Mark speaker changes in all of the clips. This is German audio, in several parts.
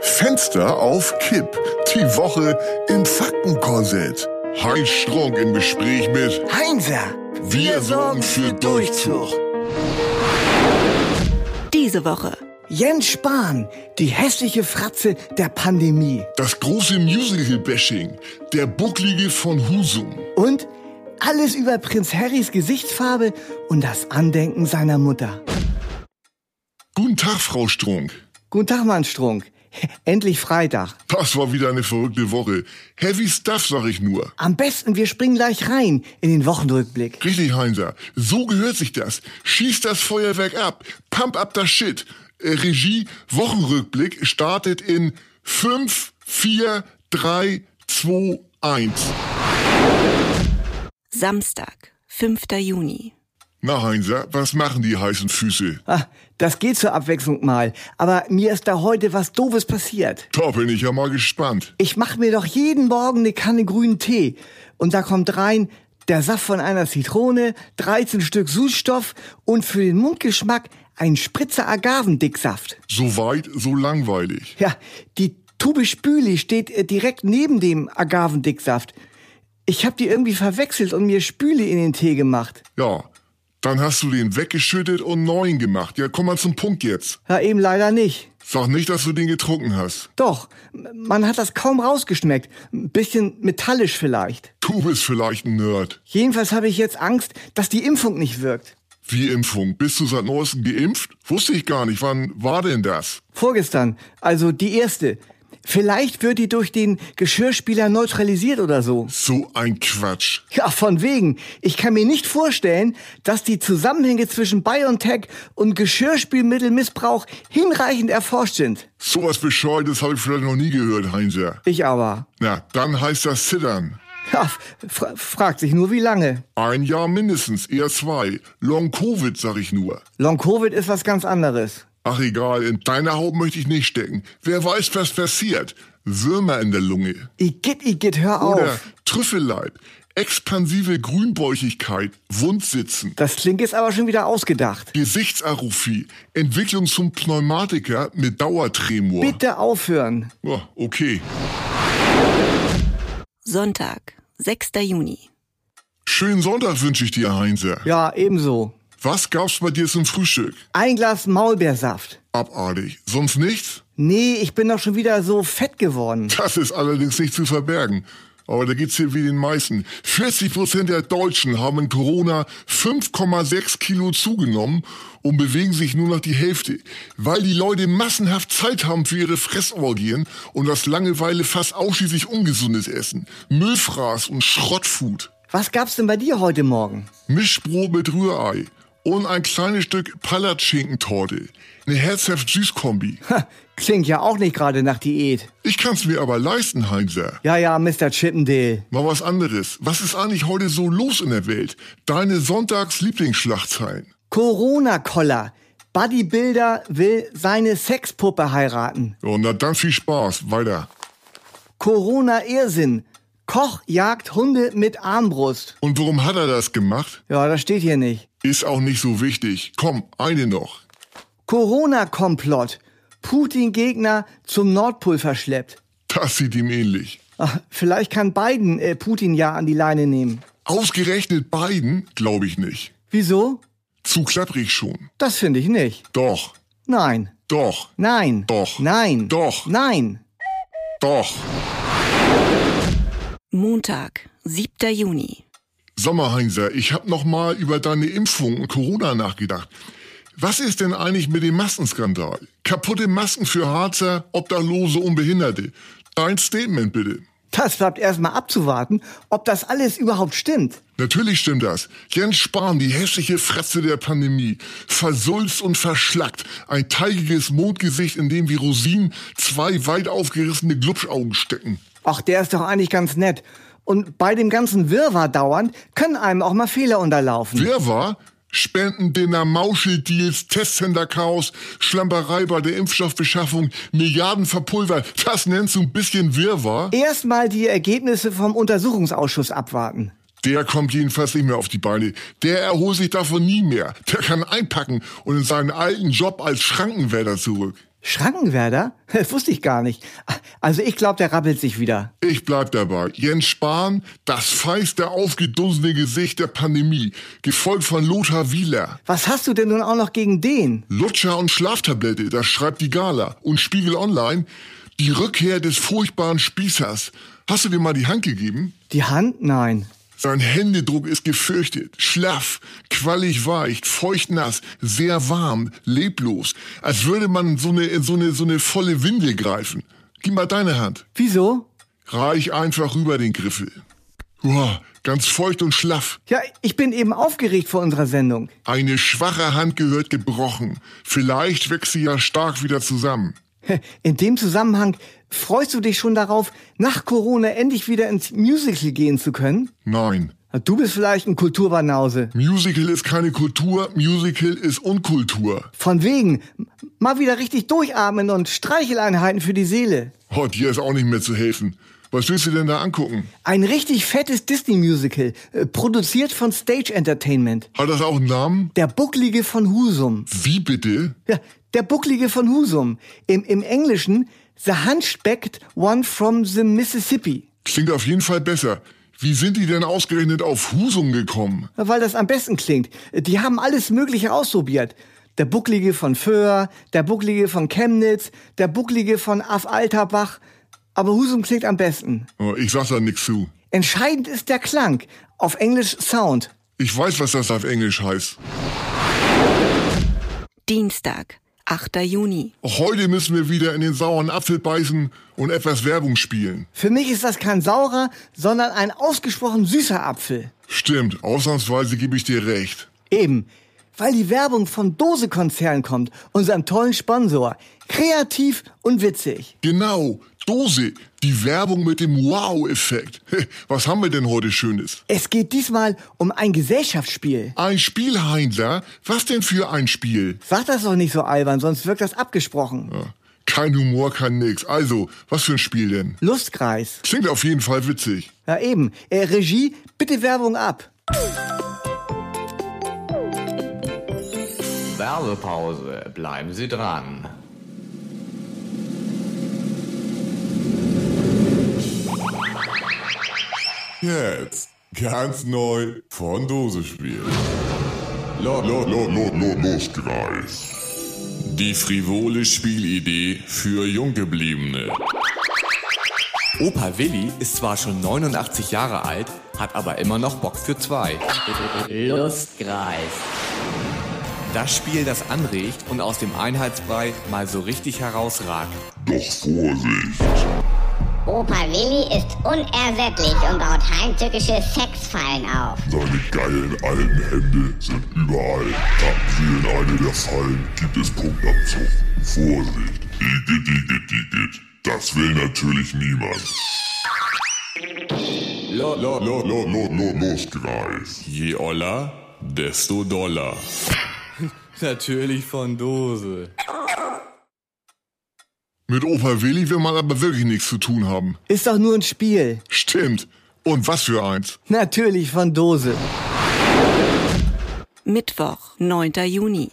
Speaker 1: Fenster auf Kipp. Die Woche im Faktenkorsett. Heinz Strunk im Gespräch mit
Speaker 2: Heinzer, wir sorgen für Durchzug.
Speaker 3: Diese Woche.
Speaker 2: Jens Spahn, die hässliche Fratze der Pandemie.
Speaker 1: das große Musical-Bashing, der Bucklige von Husum.
Speaker 2: Und alles über Prinz Harrys Gesichtsfarbe und das Andenken seiner Mutter.
Speaker 1: Guten Tag, Frau Strunk.
Speaker 2: Guten Tag, Mann Strunk. Endlich Freitag.
Speaker 1: Das war wieder eine verrückte Woche. Heavy Stuff, sag ich nur.
Speaker 2: Am besten, wir springen gleich rein in den Wochenrückblick.
Speaker 1: Richtig, Heinzer. So gehört sich das. Schieß das Feuerwerk ab. Pump up das Shit. Äh, Regie Wochenrückblick startet in 5, 4, 3, 2, 1.
Speaker 3: Samstag, 5. Juni.
Speaker 1: Na, Heinzer, was machen die heißen Füße?
Speaker 2: Ah, das geht zur Abwechslung mal. Aber mir ist da heute was Doofes passiert.
Speaker 1: Da bin ich ja mal gespannt.
Speaker 2: Ich mache mir doch jeden Morgen eine Kanne grünen Tee. Und da kommt rein der Saft von einer Zitrone, 13 Stück Süßstoff und für den Mundgeschmack ein Spritzer Agavendicksaft.
Speaker 1: So weit, so langweilig.
Speaker 2: Ja, die Tube Spüli steht äh, direkt neben dem Agavendicksaft. Ich habe die irgendwie verwechselt und mir Spüli in den Tee gemacht.
Speaker 1: Ja, dann hast du den weggeschüttet und neuen gemacht. Ja, komm mal zum Punkt jetzt.
Speaker 2: Ja, eben leider nicht.
Speaker 1: Sag nicht, dass du den getrunken hast.
Speaker 2: Doch, m- man hat das kaum rausgeschmeckt. Ein bisschen metallisch vielleicht.
Speaker 1: Du bist vielleicht ein Nerd.
Speaker 2: Jedenfalls habe ich jetzt Angst, dass die Impfung nicht wirkt.
Speaker 1: Wie Impfung? Bist du seit neuestem geimpft? Wusste ich gar nicht. Wann war denn das?
Speaker 2: Vorgestern, also die erste. Vielleicht wird die durch den Geschirrspüler neutralisiert oder so.
Speaker 1: So ein Quatsch.
Speaker 2: Ja, von wegen. Ich kann mir nicht vorstellen, dass die Zusammenhänge zwischen BioNTech und Geschirrspülmittelmissbrauch hinreichend erforscht sind.
Speaker 1: Sowas Bescheuertes habe ich vielleicht noch nie gehört, Heinzer.
Speaker 2: Ich aber.
Speaker 1: Na, dann heißt das Zittern.
Speaker 2: Ja, fra fragt sich nur, wie lange.
Speaker 1: Ein Jahr mindestens, eher zwei. Long-Covid, sag ich nur.
Speaker 2: Long-Covid ist was ganz anderes.
Speaker 1: Ach egal, in deiner Haut möchte ich nicht stecken. Wer weiß, was passiert. Würmer in der Lunge.
Speaker 2: Igitt, Igitt, hör auf.
Speaker 1: Oder Trüffelleib. Expansive Grünbäuchigkeit, Wundsitzen,
Speaker 2: Das klingt jetzt aber schon wieder ausgedacht.
Speaker 1: Gesichtsarophie, Entwicklung zum Pneumatiker mit Dauertremor.
Speaker 2: Bitte aufhören.
Speaker 1: Ja, okay.
Speaker 3: Sonntag, 6. Juni.
Speaker 1: Schönen Sonntag wünsche ich dir, Heinzer.
Speaker 2: Ja, ebenso.
Speaker 1: Was gab's bei dir zum Frühstück?
Speaker 2: Ein Glas Maulbeersaft.
Speaker 1: Abartig. Sonst nichts?
Speaker 2: Nee, ich bin doch schon wieder so fett geworden.
Speaker 1: Das ist allerdings nicht zu verbergen. Aber da geht's hier wie den meisten. 40 Prozent der Deutschen haben in Corona 5,6 Kilo zugenommen und bewegen sich nur noch die Hälfte, weil die Leute massenhaft Zeit haben für ihre Fressorgien und das Langeweile fast ausschließlich ungesundes Essen, Müllfraß und Schrottfood.
Speaker 2: Was gab's denn bei dir heute Morgen?
Speaker 1: Mischbrot mit Rührei und ein kleines Stück Palatschinkentorte. Eine herzhaft Süßkombi.
Speaker 2: Ha, klingt ja auch nicht gerade nach Diät.
Speaker 1: Ich kann's mir aber leisten, Heinzer.
Speaker 2: Ja, ja, Mr. Chippendale.
Speaker 1: Mal was anderes. Was ist eigentlich heute so los in der Welt? Deine Sonntags-Lieblingsschlagzeilen.
Speaker 2: Corona-Koller. Bodybuilder will seine Sexpuppe heiraten.
Speaker 1: Ja, Oh, na dann viel Spaß. Weiter.
Speaker 2: Corona-Irrsinn. Koch jagt Hunde mit Armbrust.
Speaker 1: Und warum hat er das gemacht?
Speaker 2: Ja, das steht hier nicht.
Speaker 1: Ist auch nicht so wichtig. Komm, eine noch.
Speaker 2: Corona-Komplott. Putin-Gegner zum Nordpol verschleppt.
Speaker 1: Das sieht ihm ähnlich.
Speaker 2: Ach, vielleicht kann Biden äh, Putin ja an die Leine nehmen.
Speaker 1: Ausgerechnet Biden? Glaube ich nicht.
Speaker 2: Wieso?
Speaker 1: Zu klapprig schon.
Speaker 2: Das finde ich nicht.
Speaker 1: Doch,
Speaker 2: Nein.
Speaker 1: doch,
Speaker 2: Nein.
Speaker 1: Doch.
Speaker 2: Nein.
Speaker 1: Doch.
Speaker 2: Nein.
Speaker 1: doch.
Speaker 3: Montag, 7. Juni.
Speaker 1: Sag mal, Heinzer, ich hab noch mal über deine Impfung und Corona nachgedacht. Was ist denn eigentlich mit dem Massenskandal? Kaputte Masken für Harzer, Obdachlose und Behinderte. Dein Statement bitte.
Speaker 2: Das bleibt erstmal abzuwarten, ob das alles überhaupt stimmt.
Speaker 1: Natürlich stimmt das. Jens Spahn, die hässliche Fratze der Pandemie. Versulzt und verschlackt. Ein teigiges Mondgesicht, in dem wie Rosinen zwei weit aufgerissene Glubschaugen stecken.
Speaker 2: Ach, der ist doch eigentlich ganz nett. Und bei dem ganzen Wirrwarr dauernd können einem auch mal Fehler unterlaufen.
Speaker 1: Wer war? Spendendinner, Mauscheldeals, Testsender-Chaos, Schlamperei bei der Impfstoffbeschaffung, Milliarden verpulvert. Das nennst du ein bisschen Wirrwarr?
Speaker 2: Erstmal die Ergebnisse vom Untersuchungsausschuss abwarten.
Speaker 1: Der kommt jedenfalls nicht mehr auf die Beine. Der erholt sich davon nie mehr. Der kann einpacken und in seinen alten Job als Schrankenwärter zurück.
Speaker 2: Schrankenwerder? Wusste ich gar nicht. Also ich glaube, der rappelt sich wieder.
Speaker 1: Ich bleib dabei. Jens Spahn, das feiste, aufgedunsene Gesicht der Pandemie, gefolgt von Lothar Wieler.
Speaker 2: Was hast du denn nun auch noch gegen den?
Speaker 1: Lutscher und Schlaftablette, das schreibt die Gala. Und Spiegel Online, die Rückkehr des furchtbaren Spießers. Hast du dir mal die Hand gegeben?
Speaker 2: Die Hand? Nein.
Speaker 1: Sein Händedruck ist gefürchtet, schlaff, quallig weich, feuchtnass, sehr warm, leblos. Als würde man so eine, so eine, so eine volle Windel greifen. Gib mal deine Hand.
Speaker 2: Wieso?
Speaker 1: Reich einfach rüber den Griffel. Uah, ganz feucht und schlaff.
Speaker 2: Ja, ich bin eben aufgeregt vor unserer Sendung.
Speaker 1: Eine schwache Hand gehört gebrochen. Vielleicht wächst sie ja stark wieder zusammen.
Speaker 2: In dem Zusammenhang freust du dich schon darauf, nach Corona endlich wieder ins Musical gehen zu können?
Speaker 1: Nein.
Speaker 2: Du bist vielleicht ein Kulturbanause.
Speaker 1: Musical ist keine Kultur, Musical ist Unkultur.
Speaker 2: Von wegen, mal wieder richtig durchatmen und Streicheleinheiten für die Seele.
Speaker 1: Oh, dir ist auch nicht mehr zu helfen. Was willst du denn da angucken?
Speaker 2: Ein richtig fettes Disney-Musical, äh, produziert von Stage Entertainment.
Speaker 1: Hat das auch einen Namen?
Speaker 2: Der Bucklige von Husum.
Speaker 1: Wie bitte?
Speaker 2: Ja, der Bucklige von Husum. Im, im Englischen The Hunchbacked One from the Mississippi.
Speaker 1: Klingt auf jeden Fall besser. Wie sind die denn ausgerechnet auf Husum gekommen?
Speaker 2: Weil das am besten klingt. Die haben alles Mögliche ausprobiert. Der Bucklige von Föhr, der Bucklige von Chemnitz, der Bucklige von Af Alterbach. Aber Husum klingt am besten.
Speaker 1: Oh, Ich sag da nix zu.
Speaker 2: Entscheidend ist der Klang. Auf Englisch Sound.
Speaker 1: Ich weiß, was das auf Englisch heißt.
Speaker 3: Dienstag, 8. Juni.
Speaker 1: Auch heute müssen wir wieder in den sauren Apfel beißen und etwas Werbung spielen.
Speaker 2: Für mich ist das kein saurer, sondern ein ausgesprochen süßer Apfel.
Speaker 1: Stimmt, ausnahmsweise gebe ich dir recht.
Speaker 2: Eben, weil die Werbung vom Dose-Konzern kommt, unserem tollen Sponsor. Kreativ und witzig.
Speaker 1: Genau, Dose, die Werbung mit dem Wow-Effekt. Was haben wir denn heute Schönes?
Speaker 2: Es geht diesmal um ein Gesellschaftsspiel.
Speaker 1: Ein Spielheinler? Was denn für ein Spiel?
Speaker 2: Sag das doch nicht so albern, sonst wirkt das abgesprochen.
Speaker 1: Ja, Kein Humor, kein nix. Also, was für ein Spiel denn?
Speaker 2: Lustkreis.
Speaker 1: Klingt auf jeden Fall witzig.
Speaker 2: Ja eben. Äh, Regie, bitte Werbung ab.
Speaker 4: Werbepause. Bleiben Sie dran.
Speaker 5: Jetzt ganz neu von Dose spielen. Los, los, los, los, los, Kreis. Die frivole Spielidee für Junggebliebene.
Speaker 4: Opa Willi ist zwar schon 89 Jahre alt, hat aber immer noch Bock für zwei.
Speaker 6: Lustkreis.
Speaker 4: Das Spiel, das anregt und aus dem Einheitsbrei mal so richtig herausragt.
Speaker 5: Doch Vorsicht,
Speaker 7: Opa Willi ist unersättlich und baut heimtückische Sexfallen auf.
Speaker 5: seine geilen alten Hände sind überall. Tappen Sie in eine der Fallen, gibt es Punktabzug. Vorsicht, igitt, igitt, igitt. Das will natürlich niemand.
Speaker 4: Lo, lo,
Speaker 5: Los, los, los, los, los, Kreis.
Speaker 4: Je Oller, desto Dollar. Natürlich von Dose.
Speaker 1: Mit Opa Willi will man aber wirklich nichts zu tun haben.
Speaker 2: Ist doch nur ein Spiel.
Speaker 1: Stimmt. Und was für eins.
Speaker 2: Natürlich von Dose.
Speaker 3: Mittwoch, 9. Juni.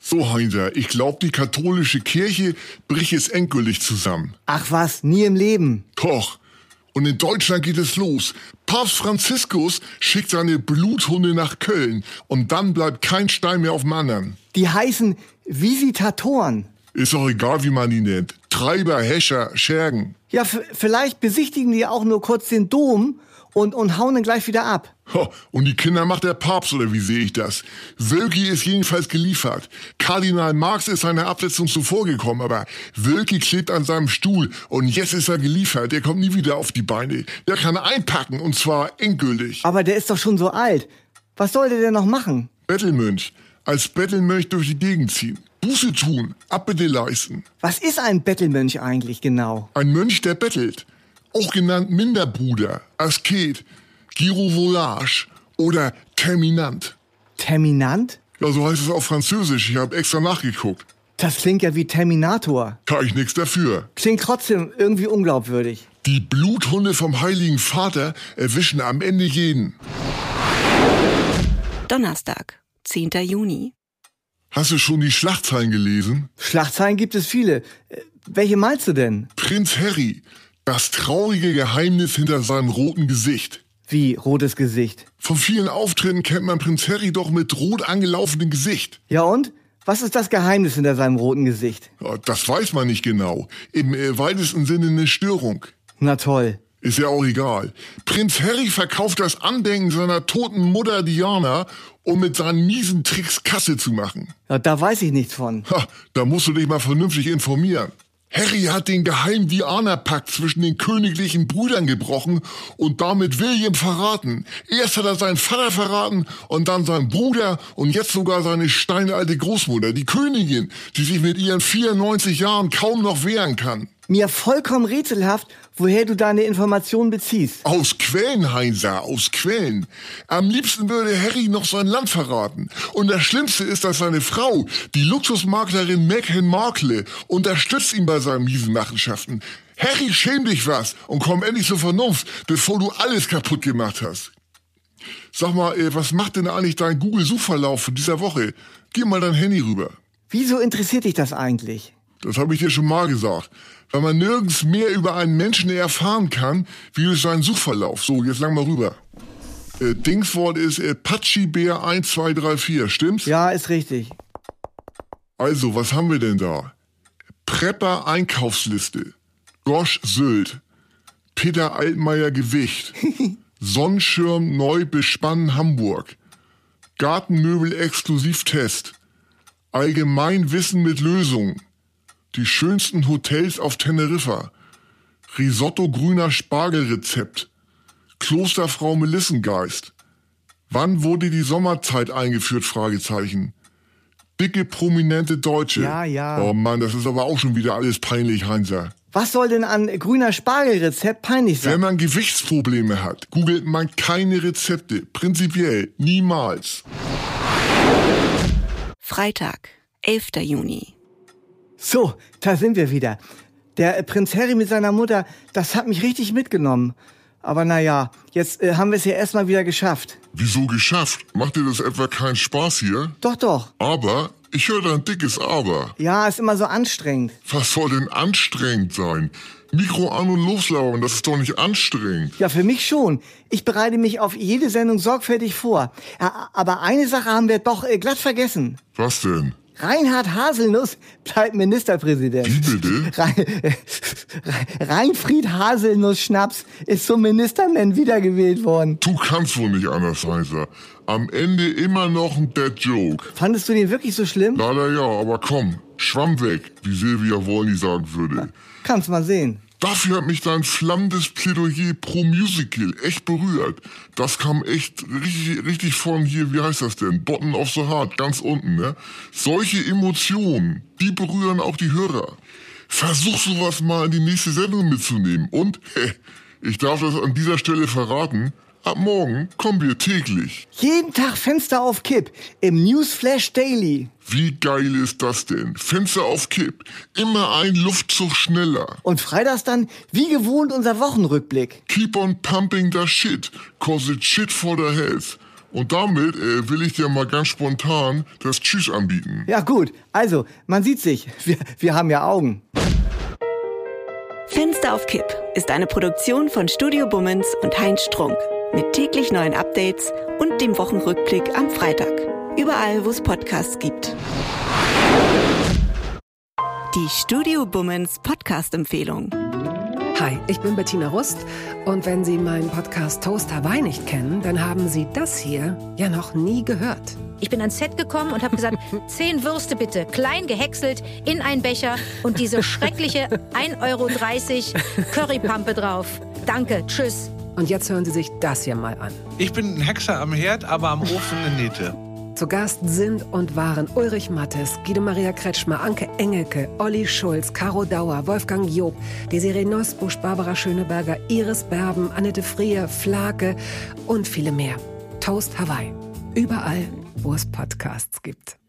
Speaker 1: So, Heinzer, ich glaube, die katholische Kirche bricht jetzt endgültig zusammen.
Speaker 2: Ach was, nie im Leben.
Speaker 1: Doch. Und in Deutschland geht es los. Papst Franziskus schickt seine Bluthunde nach Köln und dann bleibt kein Stein mehr auf dem anderen.
Speaker 2: Die heißen Visitatoren.
Speaker 1: Ist doch egal, wie man die nennt. Treiber, Häscher, Schergen.
Speaker 2: Ja, v- vielleicht besichtigen die auch nur kurz den Dom und, und hauen ihn gleich wieder ab.
Speaker 1: Ho, und die Kinder macht der Papst, oder wie sehe ich das? Wölki ist jedenfalls geliefert. Kardinal Marx ist seiner Absetzung zuvorgekommen, aber Wölki klebt an seinem Stuhl und jetzt ist er geliefert. Der kommt nie wieder auf die Beine. Der kann einpacken und zwar endgültig.
Speaker 2: Aber der ist doch schon so alt. Was soll der denn noch machen?
Speaker 1: Bettelmönch. Als Bettelmönch durch die Gegend ziehen. Buße tun. Abbitte leisten.
Speaker 2: Was ist ein Bettelmönch eigentlich genau?
Speaker 1: Ein Mönch, der bettelt. Auch genannt Minderbruder, Asket, Girovolage oder Terminant.
Speaker 2: Terminant?
Speaker 1: Ja, so heißt es auf Französisch. Ich habe extra nachgeguckt.
Speaker 2: Das klingt ja wie Terminator.
Speaker 1: Kann ich nichts dafür.
Speaker 2: Klingt trotzdem irgendwie unglaubwürdig.
Speaker 1: Die Bluthunde vom Heiligen Vater erwischen am Ende jeden.
Speaker 3: Donnerstag, 10. Juni.
Speaker 1: Hast du schon die Schlachtzeilen gelesen?
Speaker 2: Schlachtzeilen gibt es viele. Äh, Welche malst du denn?
Speaker 1: Prinz Harry, das traurige Geheimnis hinter seinem roten Gesicht.
Speaker 2: Wie rotes Gesicht.
Speaker 1: Von vielen Auftritten kennt man Prinz Harry doch mit rot angelaufenem Gesicht.
Speaker 2: Ja und? Was ist das Geheimnis hinter seinem roten Gesicht?
Speaker 1: Ja, Das weiß man nicht genau. Im äh, weitesten Sinne eine Störung.
Speaker 2: Na toll.
Speaker 1: Ist ja auch egal. Prinz Harry verkauft das Andenken seiner toten Mutter Diana, um mit seinen miesen Tricks Kasse zu machen.
Speaker 2: Ja, da weiß ich nichts von.
Speaker 1: Ha, da musst du dich mal vernünftig informieren. Harry hat den geheimen Diana-Pakt zwischen den königlichen Brüdern gebrochen und damit William verraten. Erst hat er seinen Vater verraten und dann seinen Bruder und jetzt sogar seine steinalte Großmutter, die Königin, die sich mit ihren 94 Jahren kaum noch wehren kann.
Speaker 2: Mir vollkommen rätselhaft, woher du deine Informationen beziehst.
Speaker 1: Aus Quellen, Heinser, aus Quellen. Am liebsten würde Harry noch sein Land verraten. Und das Schlimmste ist, dass seine Frau, die Luxusmaklerin Meghan Markle, unterstützt ihn bei seinen miesen Machenschaften. Harry, schäm dich was und komm endlich zur Vernunft, bevor du alles kaputt gemacht hast. Sag mal, äh, was macht denn eigentlich dein Google-Suchverlauf von dieser Woche? Geh mal dein Handy rüber.
Speaker 2: Wieso interessiert dich das eigentlich?
Speaker 1: Das habe ich dir schon mal gesagt. Weil man nirgends mehr über einen Menschen erfahren kann, wie durch seinen Suchverlauf. So, jetzt lang mal rüber. Äh, Dingswort ist äh, Patschibär 1234, stimmt's?
Speaker 2: Ja, ist richtig.
Speaker 1: Also, was haben wir denn da? Prepper Einkaufsliste. Gosch Sylt. Peter Altmaier Gewicht. Sonnenschirm neu bespannen Hamburg. Gartenmöbel Exklusivtest. Allgemeinwissen mit Lösung. Die schönsten Hotels auf Teneriffa. Risotto grüner Spargelrezept. Klosterfrau Melissengeist. Wann wurde die Sommerzeit eingeführt? Fragezeichen. Dicke, prominente Deutsche.
Speaker 2: Ja, ja.
Speaker 1: Oh Mann, das ist aber auch schon wieder alles peinlich, Heinzer.
Speaker 2: Was soll denn an grüner Spargelrezept peinlich sein?
Speaker 1: Wenn man Gewichtsprobleme hat, googelt man keine Rezepte. Prinzipiell niemals.
Speaker 3: Freitag, 11. Juni.
Speaker 2: So, da sind wir wieder. Der äh, Prinz Harry mit seiner Mutter, das hat mich richtig mitgenommen. Aber naja, jetzt äh, haben wir es ja erstmal wieder geschafft.
Speaker 1: Wieso geschafft? Macht dir das etwa keinen Spaß hier?
Speaker 2: Doch, doch.
Speaker 1: Aber, ich höre da ein dickes Aber.
Speaker 2: Ja, ist immer so anstrengend.
Speaker 1: Was soll denn anstrengend sein? Mikro an und loslaufen, das ist doch nicht anstrengend.
Speaker 2: Ja, für mich schon. Ich bereite mich auf jede Sendung sorgfältig vor. Ja, aber eine Sache haben wir doch äh, glatt vergessen.
Speaker 1: Was denn?
Speaker 2: Reinhard Haselnuss bleibt Ministerpräsident.
Speaker 1: Wie bitte?
Speaker 2: Rein, äh, Reinfried Haselnuss Schnaps ist zum Ministermann wiedergewählt worden.
Speaker 1: Du kannst wohl nicht anders, Heiser. Am Ende immer noch ein Dead Joke.
Speaker 2: Fandest du den wirklich so schlimm?
Speaker 1: Leider ja, aber komm, Schwamm weg, wie Silvia Wollny sagen würde.
Speaker 2: Kannst mal sehen.
Speaker 1: Dafür hat mich dein flammendes Plädoyer pro Musical echt berührt. Das kam echt richtig, richtig von hier, wie heißt das denn? Bottom of the Heart, ganz unten, ne? Solche Emotionen, die berühren auch die Hörer. Versuch sowas mal in die nächste Sendung mitzunehmen. Und, hä, ich darf das an dieser Stelle verraten, ab morgen kommen wir täglich.
Speaker 2: Jeden Tag Fenster auf Kipp im Newsflash Daily.
Speaker 1: Wie geil ist das denn? Fenster auf Kipp, immer ein Luftzug schneller.
Speaker 2: Und freitags dann, wie gewohnt, unser Wochenrückblick.
Speaker 1: Keep on pumping the shit, cause it's shit for the health. Und damit äh, will ich dir mal ganz spontan das Tschüss anbieten.
Speaker 2: Ja gut, also, man sieht sich. Wir, wir haben ja Augen.
Speaker 3: Fenster auf Kipp ist eine Produktion von Studio Bummens und Heinz Strunk. Mit täglich neuen Updates und dem Wochenrückblick am Freitag. Überall, wo es Podcasts gibt. Die Studio Bummens Podcast-Empfehlung.
Speaker 8: Hi, ich bin Bettina Rust und wenn Sie meinen Podcast Toast Hawaii nicht kennen, dann haben Sie das hier ja noch nie gehört.
Speaker 9: Ich bin ans Set gekommen und habe gesagt, zehn Würste bitte, klein gehäckselt, in einen Becher und diese schreckliche 1,30 Euro Currypampe drauf. Danke, tschüss.
Speaker 8: Und jetzt hören Sie sich das hier mal an.
Speaker 10: Ich bin ein Hexer am Herd, aber am Ofen eine Niete.
Speaker 8: Zu Gast sind und waren Ulrich Mattes, Guido Maria Kretschmer, Anke Engelke, Olli Schulz, Caro Dauer, Wolfgang Job, Desiree Nosbusch, Barbara Schöneberger, Iris Berben, Annette Frier, Flake und viele mehr. Toast Hawaii. Überall, wo es Podcasts gibt.